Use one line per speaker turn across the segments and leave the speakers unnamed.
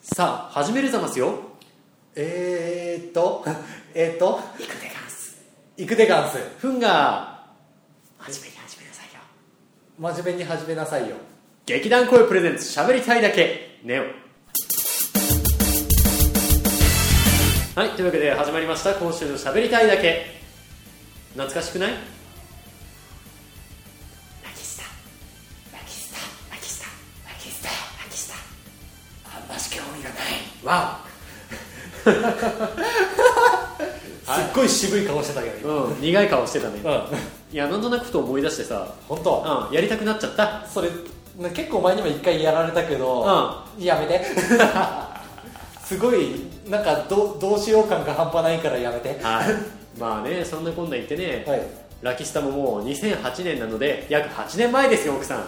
さあ始めるざますよ
えーっと えーっと
いくでガンス
行くでガンス
ふんが真面目に始めなさいよ
真面目に始めなさいよ
劇団声プレゼンツしゃべりたいだけネオはいというわけで始まりました今週のしゃべりたいだけ懐かしくないラキスタラキスタラキスタラキスタラキスタあんまし興味がないわ
すっごい渋い顔してたけど今
お、うん、苦い顔してたね
うん
いやなんとなくふと思い出してさ、
本当
うん、やりたくなっちゃった
それね結構前にも一回やられたけどやめて すごいなんかどどうしよう感が半端ないからやめて
はい、まあねそんなこんな言ってね、
はい
ラキスタももう2008年なので約8年前ですよ奥さん
い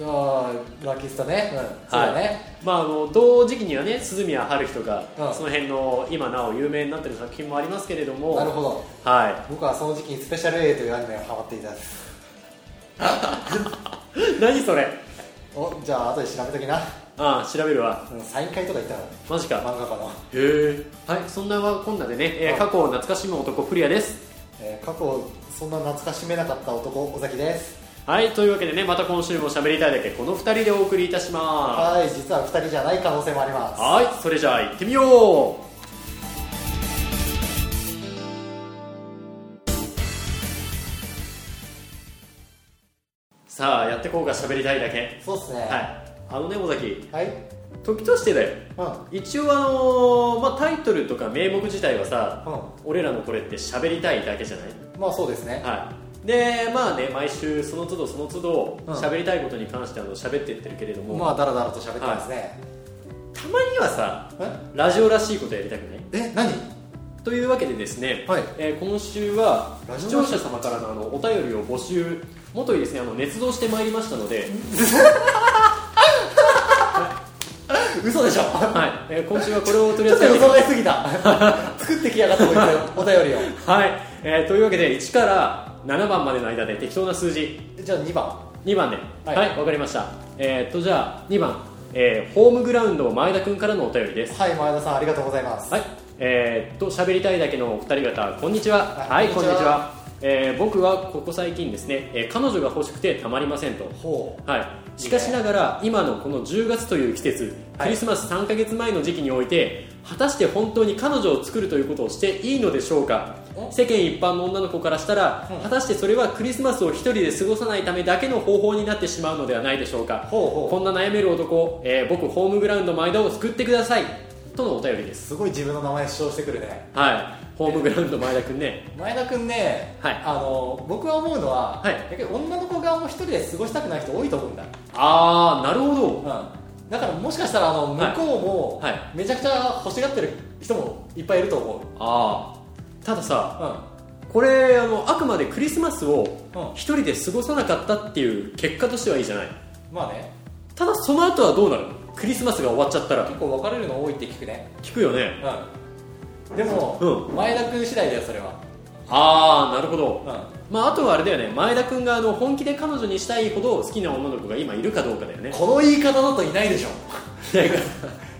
やーラキスタね、うんそうだね、
まああの同時期にはね鈴宮春日とか、
うん
その辺の今なお有名になってる作品もありますけれども
なるほど
は
僕はその時期にスペシャル A というアニメをハマっていたんです
い 何それ
おじゃあ後で調べときな、
ああ調べるわ
うん、サイン会とか行ったの
マジか
漫画家の、
へえはいそんなわこんなでね、えー
うん
過去を懐かしむ男クリアです
えー過去そんな懐かしめなかった男尾崎です
はいというわけでねまた今週も喋りたいだけこの2人でお送りいたします
はい実は2人じゃない可能性もあります
はい、それじゃあ行ってみようさあやってこうか喋りたいだけ
そうっすね
はいあのね尾崎
はい、
時としてだよ一応あのーまあ、タイトルとか名目自体はさ俺らのこれって喋りたいだけじゃない
うんまあそうですね
はいでまあね毎週その都度その都度
うん
喋りたいことに関してあの喋ってってるけれども、
まあだらだらと喋ってますね、
たまにはさラジオらしいことやりたくない
ええ何
というわけでですね、
はい
えー今週は
ラジ
視
オ
聴者様からのあのお便りを募集もといですねあの捏造してまいりましたので、
嘘でしょ
はいえー今週はこれを取り
ちょっと
扱って
予想外すぎた 作ってきやがったこいつ お便りを
はい、えーというわけで1から7番までの間で適当な数字
じゃあ2番
2番では
はい
いわ、かりましたえーっとじゃあ2番、えーホームグラウンド前田君からのお便りです
はい前田さんありがとうございます、
はい、えーっと喋りたいだけのお二人方こんにちはは
はいい
こ
こ
ん
ん
に
に
ち
ち
は
は、
えー僕はここ最近ですね、えー彼女が欲しくてたまりませんと
ほう
はい、しかしながら今のこの10月という季節
は
ク
い
リスマス3ヶ月前の時期において果たして本当に彼女を作るということをしていいのでしょうか
お
世間一般の女の子からしたら
うん
果たしてそれはクリスマスを一人で過ごさないためだけの方法になってしまうのではないでしょうか
ほう
こ
ほうん
な悩める男、えー僕ホームグラウンド前田を救ってくださいとのお便りです
すごい自分の名前主張してくるね
はいホームグラウンド前田くんね
前田君ね、
はい
あの僕は思うのは、
はい
やっぱり女の子側も一人で過ごしたくない人多いと思うんだ、
ああなるほ
う
ど
ん、だからもしかしたらあの向こうも、
はいは
めちゃくちゃ欲しがってる人もいっぱいいると思う、
ああたださ
う
これあのあくまでクリスマスを
うん
一人で過ごさなかったっていう結果としてはいいじゃない
ん、まあね
ただその後はどうなるのクリスマスが終わっちゃったら
結構別れるの多いって聞くね、
聞くよね
うん、でも、
う
前田君次第だよそれは、
ああなるほど
う
まああとはあれだよね前田君があの本気で彼女にしたいほど好きな女の子が今いるかどうかだよね
ん、この言い方だといないでしょ
いやい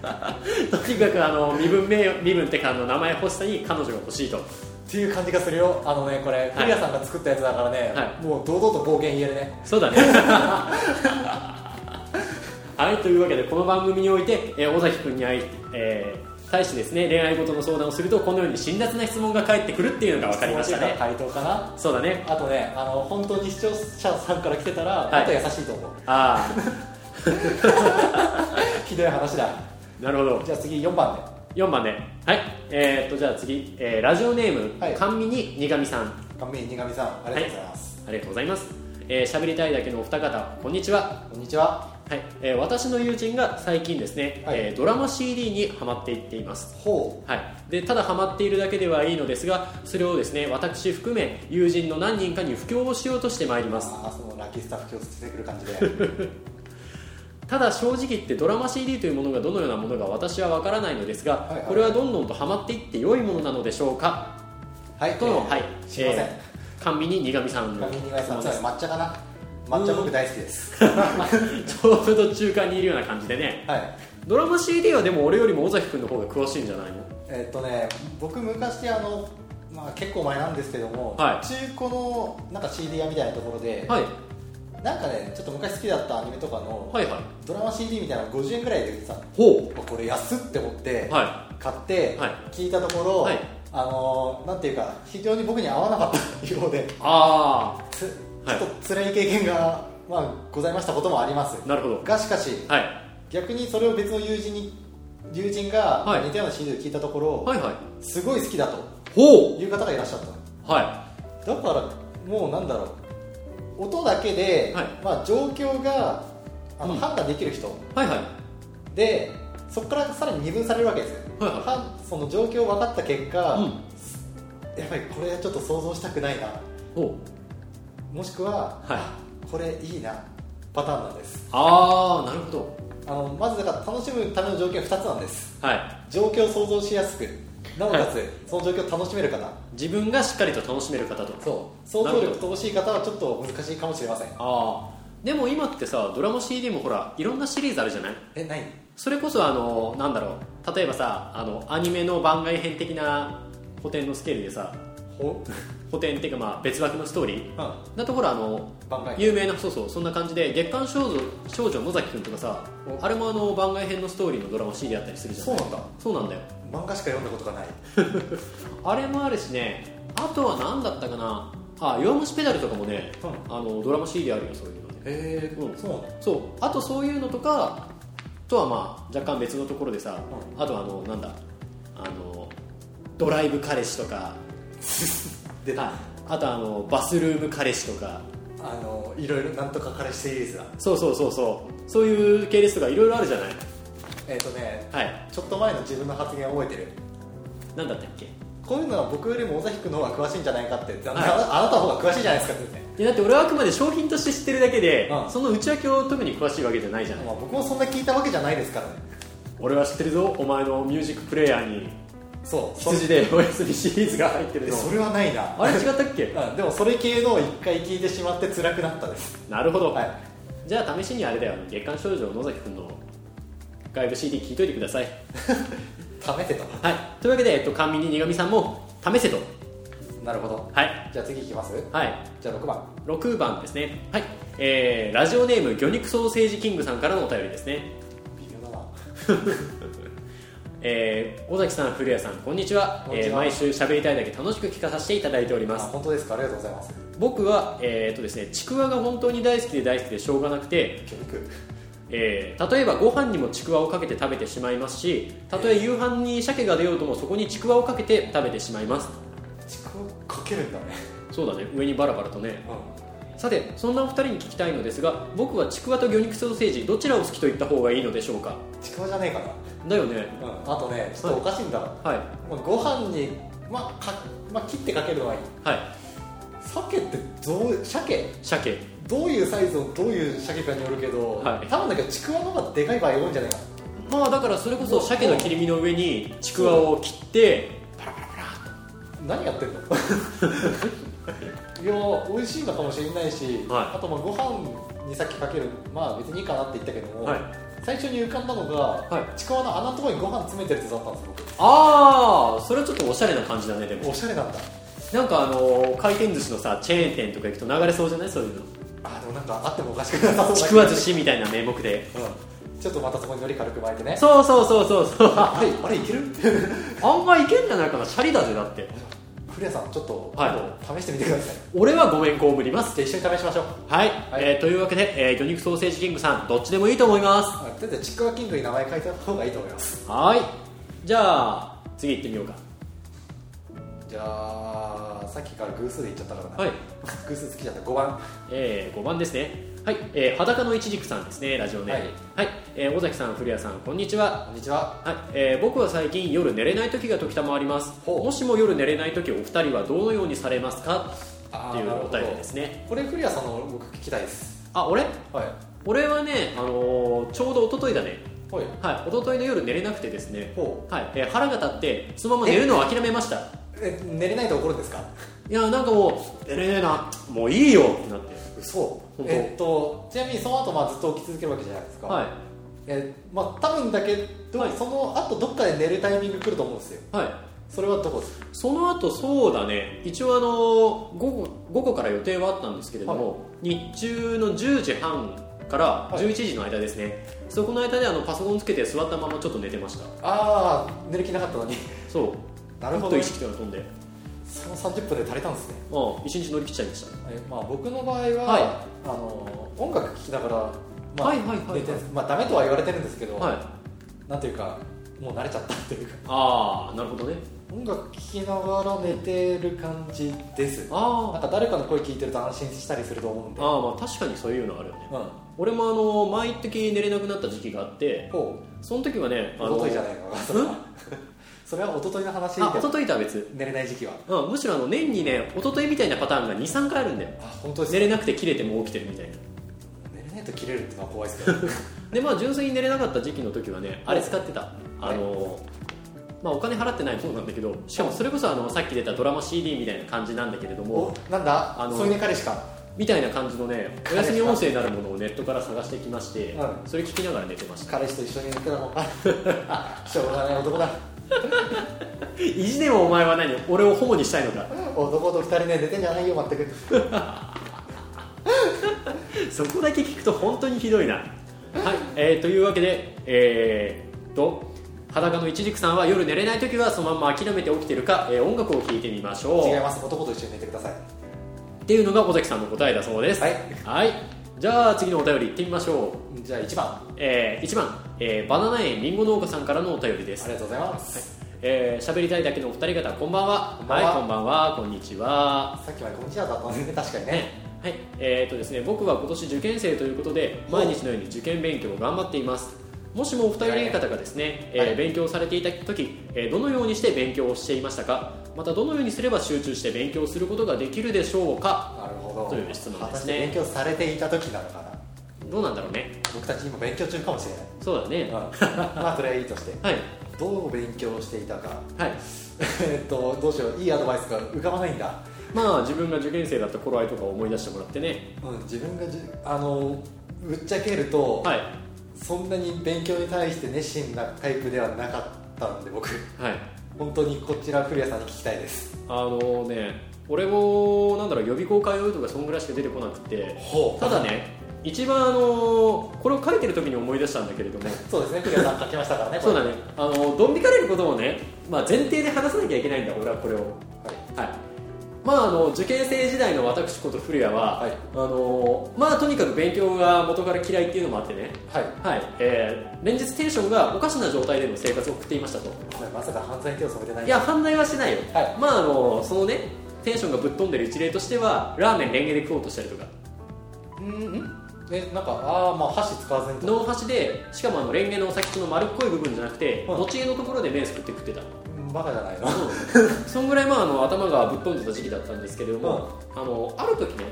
やとにかくあの身分名誉身分ってかあの名前欲しさに彼女が欲しいと
っていう感じがするよあのねこれ
い
クリアさんが作ったやつだからね、
は
もう堂々と暴言言えるね
そうだね はいというわけでこの番組において、えー尾崎君にあい、えー対してですね恋愛事の相談をするとこのように辛辣な質問が返ってくるっていうのが分かりました
その時
ね
が回答かな
そうだね
あとね、あの本当に視聴者さんから来てたら、
い
もっと優しいと思う。
あ
ひどい話だ。
あなるほど
じゃあ次4番
4番ねはいえー、っとじゃあ次、えーラジオネーム、
はい
甘味に苦味さん
で。かめにがみさん、ありがとうございます。
ありがとうございますえー喋、りたいだけのお二方こんにちは
こんにちは。
はい、えー私の友人が最近ですね、
はい
えードラマ CD にハマっていっています
ほ
はい、でただハマっているだけではいいのですがそれをですね私含め友人の何人かに布教をしようとしてまいり
う。
ます
ああ、そのラッキースタッフ今日捨ててくる感じで。
ただ正直言ってドラマ CD というものがどのようなものか私は分からないのですが、
はいはい
これはどんどんとハマっていって良いものなのでしょうか
はい、
との、はい
すいません。
えー甘味に苦味さん
か
の
めにがみさん、
質問
つ
で
まり
す
抹茶かな。抹茶僕大好きです。
ちょうど中間にいるような感じでね
はい。
ドラマ CD はでも俺よりも尾崎君の方が詳しいんじゃないの
えっとね僕昔あの、まあ、結構前なんですけども、
はい
中古のなんか CD 屋みたいなところで、
はい
なんかねちょっと昔好きだったアニメとかの、
はいはい
ドラマ CD みたいなの50円ぐらいで売ってたの
ほ
これ安っって思って、
うは
買って、
はい
聞いたところ、
はい
あのーなんていうか非常に僕に合わなかったようで
いあ
つち
はい
ょっと辛い経験が、まあ、ございましたこともあります
あなるほど
がしかし
はい
逆にそれを別の友人に友人が、
はい
似たような CD を聞いたところ、
はいはい
すごい好きだと
ほ
いう方がいらっしゃった
うは
だからもうなんだろう音だけで、
はい
まあ、状況があの、
うん
判断できる人
いはいはい
でそこからさらに二分されるわけですよ、
はいはい
はその状況を分かった結果、
うん
やっぱりこれはちょっと想像したくないな
ほう
もしくは、
はい
これいいなパターンなんです
ああなるほど
あのまずだから楽しむための条件は2つなんです
はい
状況を想像しやすくなおかつ、
は
その状況を楽しめる方
自分がしっかりと楽しめる方と
そう想像力乏しい方はちょっと難しいかもしれません
ああでも今ってさドラマ CD もほらいろんなシリーズあるじゃない
えない
それこそあのなんだろう例えばさあのアニメの番外編的な古典のスケールでさ
ほ
古典っていうかまあ別枠のストーリー
うん
だとほらあの
番外編
有名なそうそうそんな感じで月刊少女少女野崎くんとかさ
お
あれもあの番外編のストーリーのドラマ CD あったりするじゃ
そ
な
う
い
なんだ
そうなんだよ
漫画しか読んだことがない
あれもあるしねあとは何だったかなあ弱虫ペダルとかもね、
うん
あのドラマ CD あるよそういうのね
へえ
うん
そうなんだ
そうあとそういうのとかとはまあ若干別のところでさ、あとあのなんだあのドライブ彼氏とか
出た
ああとあのバスルーム彼氏とか
あのいろいろなんとか彼氏シリーズだ
そうそうそうそうそういう系列とかいろいろあるじゃない
えっ、とね
はい
ちょっと前の自分の発言覚えてる
なんだったっけ
こういうのは僕よりも尾崎君の方が詳しいんじゃないかって、あ
はい
なあなたの方が詳しいじゃないですかって言って、
いやだって俺はあくまで商品として知ってるだけで、
うん
その内訳を特に詳しいわけじゃないじゃない
まあ、僕もそんな聞いたわけじゃないですからね
俺は知ってるぞお前のミュージックプレイヤーに
そうそ
羊でお休みシリーズが入ってる
え
の
それはないな
あれ違ったっけ
うんでもそれ系のを1回聞いてしまって辛 くなったです
なるほど、
はい
じゃあ試しにあれだよ月刊少女野崎くんの外部 CD 聞いといてください
試せと
はいというわけで、えっと、甘味に苦味さんも試せと
なるほど
はい
じゃあ次いきます
はい
じゃあ6番
6番ですねはいえー、ラジオネーム魚肉ソーセージキングさんからのお便りですね
微妙だな
えー、尾崎さん古谷さんこんにちは
こんにち
えー
は
毎週喋りたいだけ楽しく聞かさせていただいており
あ
ます
本当ですかありがとうございます
僕は、えーっとですね、ちくわが本当に大好きで大好きでしょうがなくて
教育
えー例えばご飯にもちくわをかけて食べてしまいますしたとえ夕飯に鮭が出ようともそこにちくわをかけて食べてしまいます
ちくわかけるんだね
そうだね上にバラバラとね
う
さてそんなお二人に聞きたいのですが僕はちくわと魚肉ソーセージどちらを好きと言った方がいいのでしょうか
んちくわじゃねえか
だよね
なうんあとねちょっとおかしいんだ、
はい
もうご飯にまあか、まあ、切ってかけるのはいい
はい
鮭ってどう鮭
鮭
どういうサイズをどういう鮭かによるけど、
はい
多分だけどちくわの方がでかい場合多いんじゃないか
まあだからそれこそ鮭の切り身の上にちくわを切って
な何 やってんのいや美味しいのかもしれないし、
はい
あとまあご飯にさっきかけるまあ別にいいかなって言ったけども、
はい
最初に浮かんだのが、
はい
ちくわの穴のところにご飯詰めてるやつだったんです
ああそれはちょっとおしゃれな感じだねで
僕
も
おしゃれなんだ
なんかあのー回転寿司のさチェーン店とか行くと流れそうじゃないそういうの
あでもなんかあってもおかしくなさそう
ちくわ寿
司、
司みたいな名目で
うん、ちょっとまたそこに海苔軽く巻いてね
そうそうそうそうそうあ
あれあれいける
んまいけんじゃないかなシャリだぜだって
古谷さんちょっと、
はい
今度試してみてください
俺はごめんこぶります
じゃあ一緒に試しましょう
はい、
はい
えーというわけで、えー魚肉ソーセージキングさんどっちでもいいと思いま
あだってちくわキングに名前書いた方がいいと思います
すはいじゃあ次行ってみようか
じゃあさっきから偶数で言っちゃったからな、
はい、
偶数つきちゃった5番
え5番ですねはい、えー裸のいちじくさんですねラジオネームはい、えー尾崎さん古谷さんこんにちは
こんにちは
はいえー僕は最近夜寝れない時が時たまあります
ほう
もしも夜寝れない時お二人はどのようにされますかっていうお便りですすね
これ古谷さんの僕聞きたいです
あ俺
はい
俺はね、あのーちょうど一昨日だね、
はい
はい、一昨日の夜寝れなくてですね、
ほ
はいえー腹が立ってそのまま寝るのを諦めました
うえ寝れないと怒るんですか
いやなんかもう寝れねえなもういいよってなって
嘘
本当
えっとちなみにその後まあずっと起き続けるわけじゃないですか
はい
えーまあ多分だけど、
はい
その後どっかで寝るタイミング来ると思うんですよ
はい
それはどこですか
その後そうだね一応あの午後午後から予定はあったんですけれども、日中の10時半から
はい
11時の間ですね、そこの間であのパソコンつけて座ったままちょっと寝てました
ああ寝る気なかったのに
そう
なる
ふっ
ほど
と
ね
意識が飛んで、うん、
その30分で足りたんですね
一日乗り切っちゃいました
えまあ、僕の場合は、
はい
あの音楽聴きながら、まあ
はいはいはいはい
寝てるんですまあ、ダメとは言われてるんですけど、
はい
なんていうかもう慣れちゃったっていうか
ああなるほどね
音楽聴きながら寝てる感じですな
あ
んか誰かの声聞いてると安心したりすると思うん
ー
で、
あーまあ確かにそういうのあるよね
うん、
俺もあの毎時寝れなくなった時期があって
ほ
その時はね
う
あ
お
の
とといじゃないのかそれは それはおとといの話で
あ一昨日とは別、
寝れない時期は
うん、むしろあの年にね一昨日みたいなパターンが23回あるんだよ
あ本当です
寝
ね
れなくて切れても起きてるみたいな
寝れないと切れるってのは怖いですけど
でまあ純粋に寝れなかった時期の時はねあれ使ってたあのまあお金払ってないものなんだけどしかもそれこそあのさっき出たドラマ CD みたいな感じなんだけれども
おなんだ
あの
そういう彼氏か
みたいな感じのねお休み音声になるものをネットから探してきまして
う
それ聞きながら寝てました
彼氏と一緒に寝てたのか しょうがない男だ
意地でもお前は何俺をホモにしたいのか
男と二人ね寝てんじゃないよ全く
そこだけ聞くと本当にひどいな。はい、えーというわけで、えーっと裸のいちじくさんは夜寝れない時はそのまま諦めて起きてるか、えー音楽を聴いてみましょう
違います男と一緒に寝てください
っていうのが尾崎さんの答えだそうです
はい、
じゃあ次のお便りいってみましょ
じゃあ1番
う、え1番、えーバナナ園りんご農家さんからのお便りで
あ
す
りがとうございます、
えー喋りたいだけのお二人方こんばんは
こんばんは
はい、こんばんはこんにちは
さっきまでこんにちはだったんですね確かに
ね
ね
はいえーとですね、僕は今年受験生ということで毎日のように受験勉強を頑張っていますもしもお二人方がですね、えー
はい
勉強されていた時、えーどのようにして勉強をしていましたかまたどのようにすれば集中して勉強することができるでしょうか
なるほど
という質問ですね
果たして勉強されていた時なのかな
どうなんだろうね
僕たち今勉強中かもしれない
そうだね、は
まあそれはいいとして
い
どう勉強していたか
はい
えっとどうしよういいアドバイスが浮かばないんだ、
まあ自分が受験生だった頃合いとかを思い出してもらってね
うん、自分がじゅあのぶっちゃけると、
はい
そんなに勉強に対して熱心なタイプではなかったんで僕
はい
本当にこちら古谷さんに聞きたいです
あのね俺もなんだろう予備校通うとかそんぐらいしか出てこなくて
ほ
ただね一番あのこれを書いてる時に思い出したんだけれども
そうですね古谷さん書きましたからねこ
そ
れ
うだねあのドン引かれることもね、まあ、前提で話さなきゃいけないんだ俺はこれを
はい
はいまああの受験生時代の私こと古谷は、
はい
あのまあとにかく勉強が元から嫌いっていうのもあってね
はい、
はい、えー連日テンションがおかしな状態での生活を送っていましたと
これまさか犯罪に手を染めてない
いや犯罪はしてないよ、
はい
まああのそのねテンションがぶっ飛んでる一例としてはラーメンレンゲで食おうとしたりとか
うんうんえなんかああまあ箸使わずにと
脳端でしかもあのレンゲの先っちょの丸っこい部分じゃなくて
はい
持ち家のところで麺すくって食ってた
うんバカじゃないの
そんぐらいまああの頭がぶっ飛んでた時期だったんですけれども、あのある時ね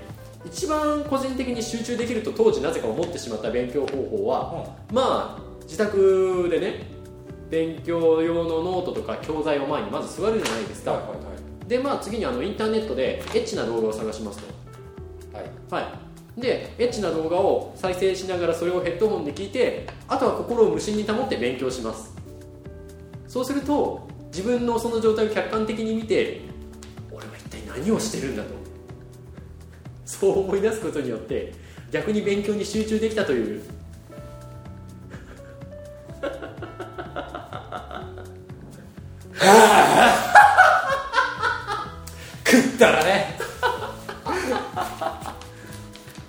一番個人的に集中できると当時なぜか思ってしまった勉強方法は、まあ自宅でね勉強用のノートとか教材を前にまず座るじゃないですか、
はいはい
でまあ次にあのインターネットでエッチな動画を探しますと
はいはい
はい、でエッチな動画を再生しながらそれをヘッドホンで聞いてあとは心を無心に保って勉強しますそうすると自分のその状態を客観的に見て俺は一体何をしてるんだとそう思い出すことによって逆に勉強に集中できたという
食ったらね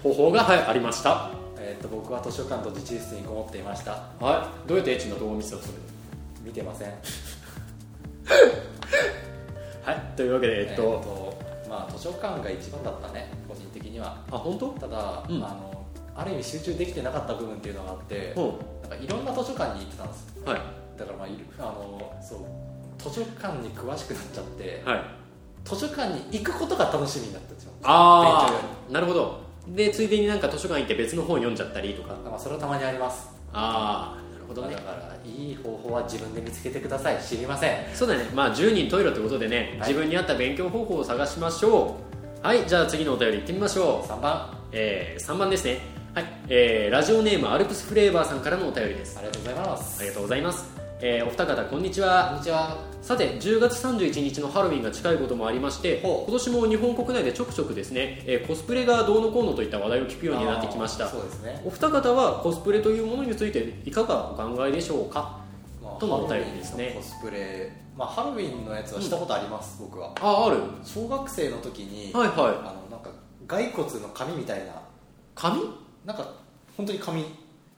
方法が、はい、ありました、
えーっと僕は図書館と自治室にこもっていました
はい、どうやってエッチな動画を見てたのそれ
見てません
はいというわけでえっと、
ーまあ図書館が一番だったね個人的には
あ本当
ただ、
うん
あのある意味集中できてなかった部分っていうのがあって、
う
なんかいろんな図書館に行ってたんです
んはい
だからまあいるあのそう図書館に詳しくなっちゃって
はい
図書館に行くことが楽しみになってしまう勉強よ
ああなるほどでついでになんか図書館行って別の本読んじゃったりとか
まあそれはたまにあります
ああなるほどね
だからいい方法は自分で見つけてください知りません
そうだねまあ10人トイレということでね、
はい
自分に合った勉強方法を探しましょうはいじゃあ次のお便り行ってみましょう
3番
えー3番ですねはい、えーラジオネームアルプスフレーバーさんからのお便りです
ありがとうございます
ありがとうございます、えーお二方こんにちは
こんにちは
さて10月31日のハロウィンが近いこともありまして
ほう
今年も日本国内でちょくちょくですね、えーコスプレがどうのこうのといった話題を聞くようになってきました
あーそうですね、
お二方はコスプレというものについていかがお考えでしょうか
ま
とのお便りですね
ハロウィンのコスプレ、まあ、ハロウィンのやつはしたことあります、僕は
あある
小学生の時に、
はいは
あのなんか骸骨の紙みたいない
紙
なんか本当に紙み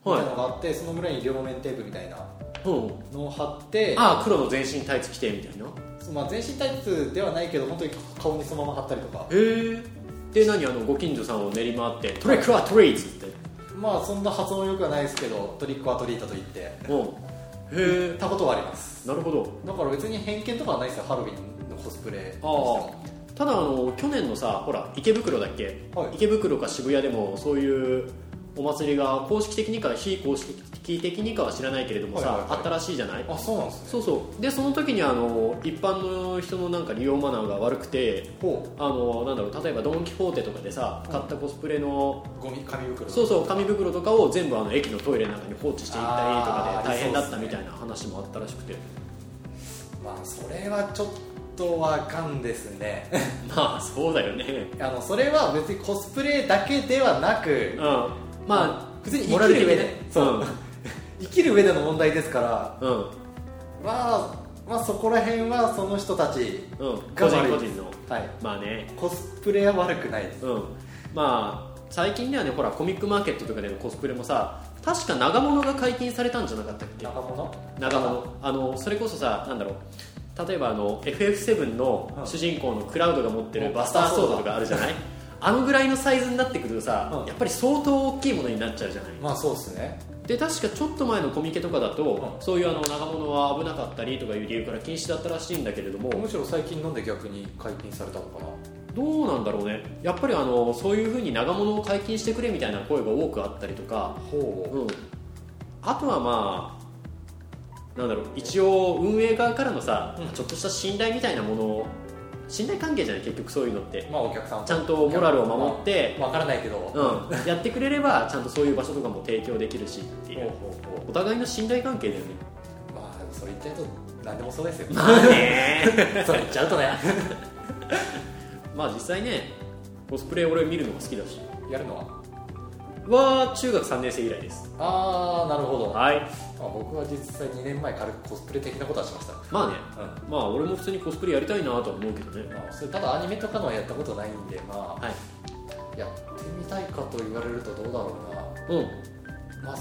たいなのがあって、その裏に両面テープみたいな
うん
のを貼って
ああ黒の全身タイツ着てみたいな
まあ、全身タイツではないけど本当に顔にそのまま貼ったりとか
へえで何あのご近所さんを練り回って「トリックはトリーズ」って
まあそんな発音よくはないですけどトリックはトリートと言って
うんへ
言ったことはあります
えなるほど
だから別に偏見とかはないですよハロウィンのコスプレにして
あ
も
あただあの去年のさほら池袋だっけ、
はい
池袋か渋谷でもそういうお祭りが公式的にか非公式的にかは知らないけれどもさ、
はいはいはい
あったらしいじゃない
あそうなんですね
そうそうでその時にあの一般の人のなんか利用マナーが悪くて
ほ
あのなんだろう例えばドン・キホーテとかでさ買ったコスプレの、
うゴミ紙袋
そうそう紙袋とかを全部あの駅のトイレの中に放置していったりとか
あー
で大変だった
あり
み
そうですね
たいな話もあったらしくて、
まあそれはちょっとわかんですね
まあそうだよね
あのそれは別にコスプレだけではな
うん
く
まあ
別に
モ
生
ラル
き
的
る上
に
で、
ね
そう生きる上での問題ですから
うんうん
まあまあそこら辺はその人たち
うん個
が
人
悪い
個
で
人
す
の
はい
まあね
コスプレは悪くないです
うんまあ最近ではねほらコミックマーケットとかでのコスプレもさ確か長物が解禁されたんじゃなかったっけ
中物
長物あのそれこそさなんだろう例えばあの FF7 の主人公のクラウドが持ってる
うん
バスターソードとかあるじゃないあのぐらいのサイズになってくるとさ、
うん
やっぱり相当大きいものになっちゃうじゃない
まあそうですね
で確かちょっと前のコミケとかだと、
う
そういうあの長物は危なかったりとかいう理由から禁止だったらしいんだけれども
むしろ最近飲んで逆に解禁されたのかな
どうなんだろうねやっぱりあのそういうふうに長物を解禁してくれみたいな声が多くあったりとか
ほ
うん、あとはまあなんだろう一応運営側からのさ、
うん
ちょっとした信頼みたいなものを信頼関係じゃない結局そういうのって
まあお客さん
ちゃんとモラルを守って、
わからないけど、
うん、やってくれればちゃんとそういう場所とかも提供できるしっていう
ほうほ
お互いの信頼関係だよね
うまあでもそれ言っちゃうと何でもそうです よ
まあね
それ言っちゃうとね
まあ実際ねコスプレ俺見るのが好きだし
やるのは
は中学3年生以来です
ああなるほどあ
はい
僕は実際2年前軽くコスプレ的なことはしました、
まあね
うん
まあ俺も普通にコスプレやりたいなとは思うけどね
まあ、それただアニメとかのはやったことないんでまあ、
はい
やってみたいかと言われるとどうだろ
うん
うなまあ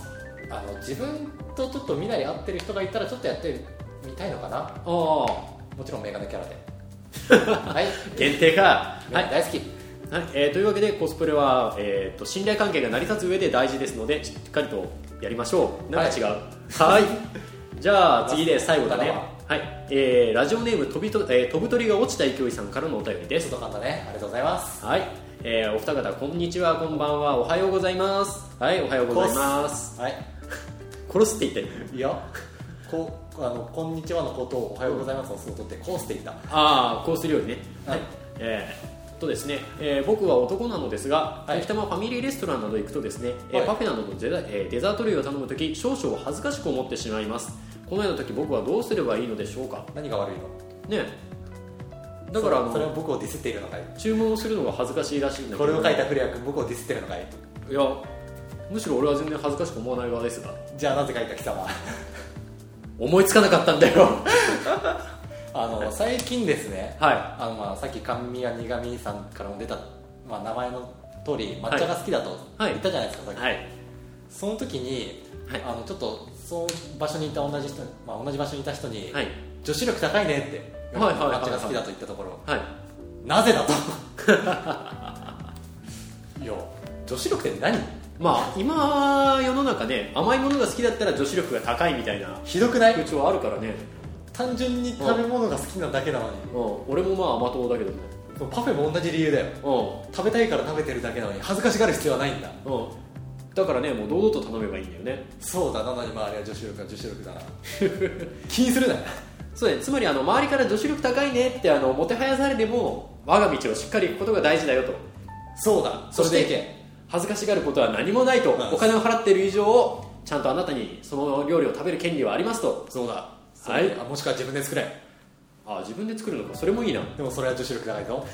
あの自分とちょっと未来合ってる人がいたらちょっとやってみたいのかな
ああ
もちろんメガネキャラで はい
限定か、は
はいい、大好き
はいえーというわけでコスプレは、えー、と信頼関係が成り立つ上で大事ですのでしっかりとやりましょうなんか違うはいじゃあ次で最後だねはい、えーラジオネーム飛びと、えー飛ぶ鳥が落ちた勢いさんからのお便りで
ち
す
ょっと簡単ねありがとうございます
はい、えーお二方こんにちはこんばんはおはようございますはいおはようございます
はい
殺すって言って
いやこあのこんにちはのことをおはようございますのそうとってこうしていた
ああこうするようにね
はい
えーっとですね、えー僕は男なのですが、
はい
時たまファミリーレストランなど行くとですね、えー
はい
パフェなどのデザ、えーデザート類を頼むとき少々恥ずかしく思ってしまいますこのような時僕はどうすればいいのでしょうか
何が悪いの
ねだからあ
それそれ
の
は僕をディスっているのかい
注文をするのが恥ずかしいらしいんだけど
これを書いた古谷君僕をディスってるのかい
いやむしろ俺は全然恥ずかしく思わない側ですが
じゃあなぜ書いた貴様
思いつかなかったん だよ
あの最近ですね
は
あの、まあ、さっき神谷苦味さんからも出た、まあ、名前の通り抹茶が好きだと
はい
言ったじゃないですか、
い
さっき
はい
その時に、
はい
あのちょっとその場所にいた同じ人、まあ、同じ場所にいた人に、
はい
女子力高いねって
はいはいはいはい
抹茶が好きだと言ったところ、
はい
なぜだ といや女子力って何
まあ今世の中ね甘いものが好きだったら女子力が高いみたいな
ひどくない
風潮あるからね
単純に食べ物が好きなだけなのに
うん、俺もまあ甘党だけどね
パフェも同じ理由だよ
う
食べたいから食べてるだけなのに恥ずかしがる必要はないんだ
んうんだからねもう堂々と頼めばいいんだよね
そうだなのに周りは女子力だ女子力だ な気にするな
そうだねつまりあの周りから女子力高いねってあのもてはやされても我が道をしっかり行くことが大事だよと
そうだそれでいけ
恥ずかしがることは何もないと、
うん
お金を払っている以上ちゃんとあなたにその料理を食べる権利はありますと
そうだそう
はい
あもしくは自分で作れ
あ自分で作るのかそれもいいな
でもそれは女子力高い ぞ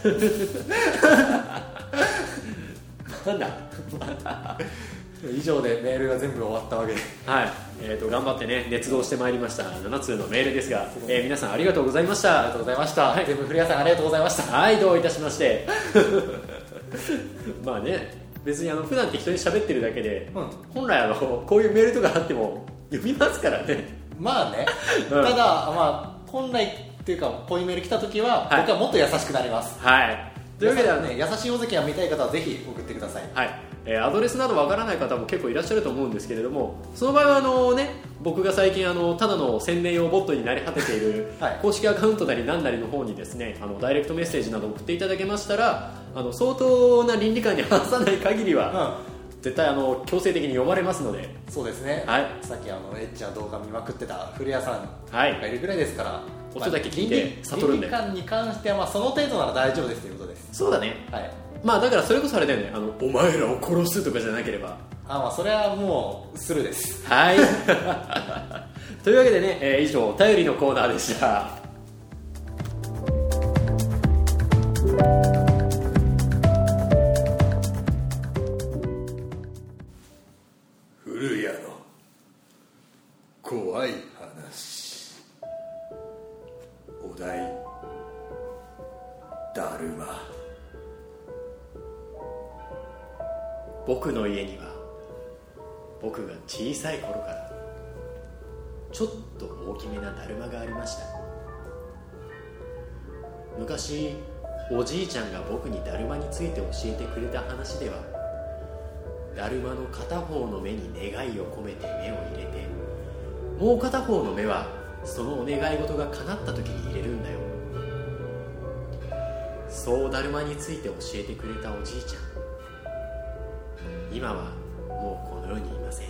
なんだ
以上でメールが全部終わったわけです
はい、えー、と頑張ってね熱動してまいりました7通のメールですが、えー皆さんありがとうございましたありがとうございました、はい
全部古谷さんありがとうございました
はいどういたしまして まあね別にあの普段適当に喋ってるだけで、
うん
本来あのこういうメールとかあっても読みますからね
まあね、
ん
ただ、まあ、本来っていうか、こういうメール来た時は、
はい
僕はもっと優しくなります。
はいというわけであの
ね、優しいお関が見たい方はぜひ送ってください。
はいえーアドレスなどわからない方も結構いらっしゃると思うんですけれどもその場合はあの、ね、僕が最近あのただの宣伝用ボットになり果てている
はい
公式アカウントなり何なりの方にですねあのダイレクトメッセージなど送っていただけましたらあの相当な倫理観に反さない限りは、
う
絶対あの強制的に読まれますので、
ん、そうですね。
はい
さっき、あの、エッチな動画見まくってた古谷さん
は
が
い、
いるぐらいですから、
音だけ聞いて
まあ倫理
悟るんで
倫理観に関しては、まあ、その程度なら大丈夫ですということです。
そうだね
はい。
まあだからそれこそあれだよねあのお前らを殺すとかじゃなければ
あ、まあ、それはもう、スルーです。
はいというわけ でね、えー以上お便りのコーナーでした
古谷の怖い話お題だるま
僕の家には僕が小さい頃からちょっと大きめなだるまがありました昔おじいちゃんが僕にだるまについて教えてくれた話ではだるまの片方の目に願いを込めて目を入れてもう片方の目はそのお願い事が叶った時に入れるんだよそうだるまについて教えてくれたおじいちゃん今はもうこの世にいません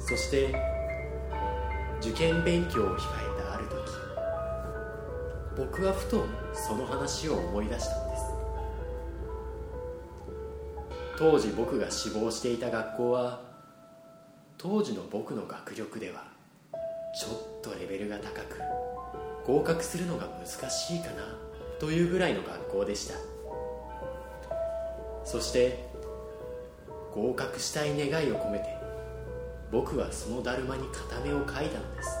そして受験勉強を控えたある時僕はふとその話を思い出したのです当時僕が志望していた学校は当時の僕の学力ではちょっとレベルが高く合格するのが難しいかなというぐらいの学校でしたそして合格したい願いを込めて僕はそのだるまに片目を描いたのです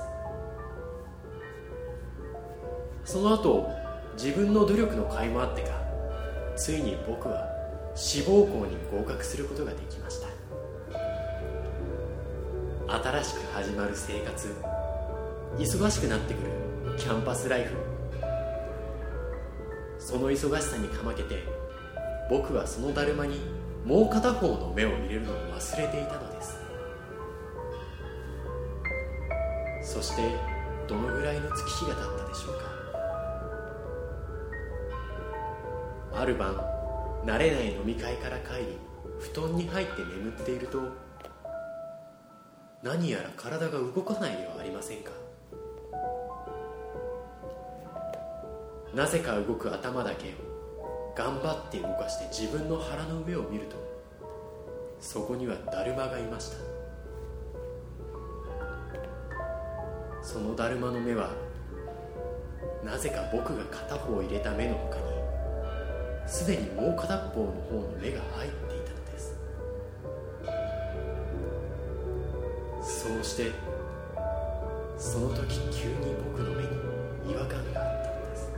その後自分の努力の甲斐もあってかついに僕は志望校に合格することができました新しく始まる生活忙しくなってくるキャンパスライフその忙しさにかまけて僕はそのだるまにもう片方の目を入れるのを忘れていたのですそしてどのぐらいの月日が経ったでしょうかある晩慣れない飲み会から帰り布団に入って眠っていると何やら体が動かないではありませんかなぜか動く頭だけを頑張って動かして自分の腹の上を見るとそこにはだるまがいましたそのだるまの目はなぜか僕が片方を入れた目の他にすでにもう片方の方の目が入っていたのですそうしてその時急に僕の目に違和感があったのです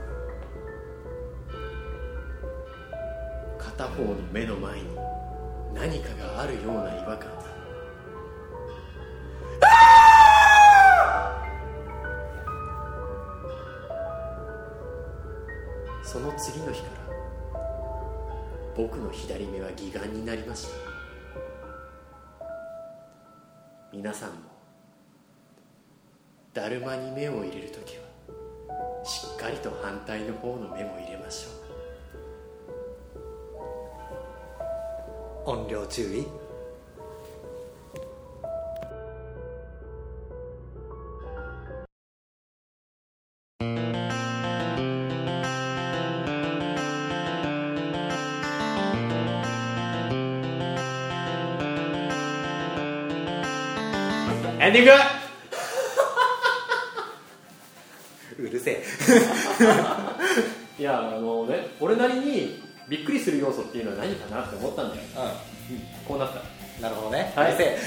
片方の目の前に何かがあるような違和感その次の日から僕の左目は義眼になりました皆さんもだるまに目を入れる時はしっかりと反対の方の目も入れましょう
音量注意。
「
エンディング
うるせえ
いやあのね俺なりにびっくりする要素っていうのは何かなって思ったんだよこうなった
うんなるほどね、
はいう
るせえ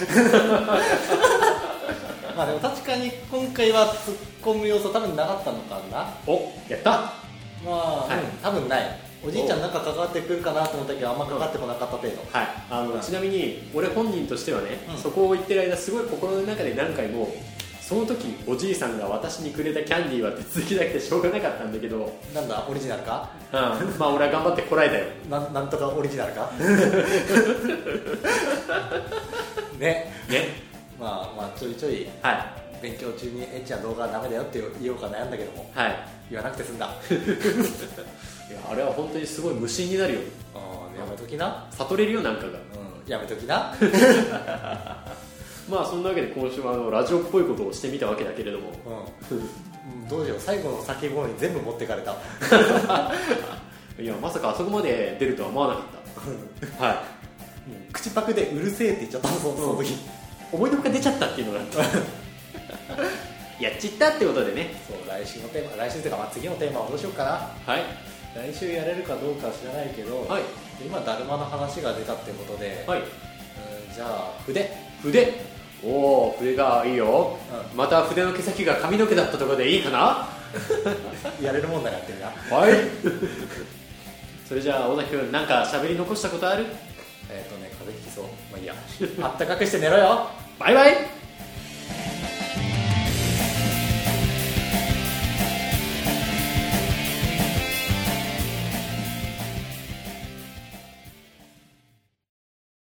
まあでも確かに今回は突っ込む要素多分なかったのかなま
おやった
あ、
はい
うん多分ないおじいちゃんなんか関わってくるかなと思ったけどあんま関わってこなかった程度、
はい、あの
うん
ちなみに俺本人としてはね、
うん
そこを言ってる間すごい心の中で何回もその時おじいさんが私にくれたキャンディーは手続きだけでしょうがなかったんだけど、うん、
なんだオリジナルか
まあ俺は頑張ってこらえたよ
なんなんとかオリジナル かね
ね
まあまあちょいちょい
は
勉強中にエッチな動画はダメだよって言おうか悩んだけども
いはい
言わなくて済んだあ
いやあれは本当にすごい無心になるよ
あやめときな
悟れるよなんかが
うんやめときな
まあそんなわけで今週はあのラジオっぽいことをしてみたわけだけれども
うんどうしよう最後の叫び声に全部持ってかれた
いやまさかあそこまで出るとは思わなかった はい
口パクでうるせえって言っちゃったそのその時、
思いのほか出ちゃったっていうの があったやっちったってことでね
そう来週のテーマ来週というか、まあ、次のテーマはどうしようかな
はい
来週やれるかどうかは知らないけど、
はい
今だるまの話が出たってことで、
はい
うんじゃあ筆
筆おお筆がいいよ、
う
また筆の毛先が髪の毛だったところでいいかな
やれるもんならやってみな
はいそれじゃあ尾崎君なんか喋り残したことある
えっ、とね風邪ひきそうまあいいやあったかくして寝ろよ
バイバイ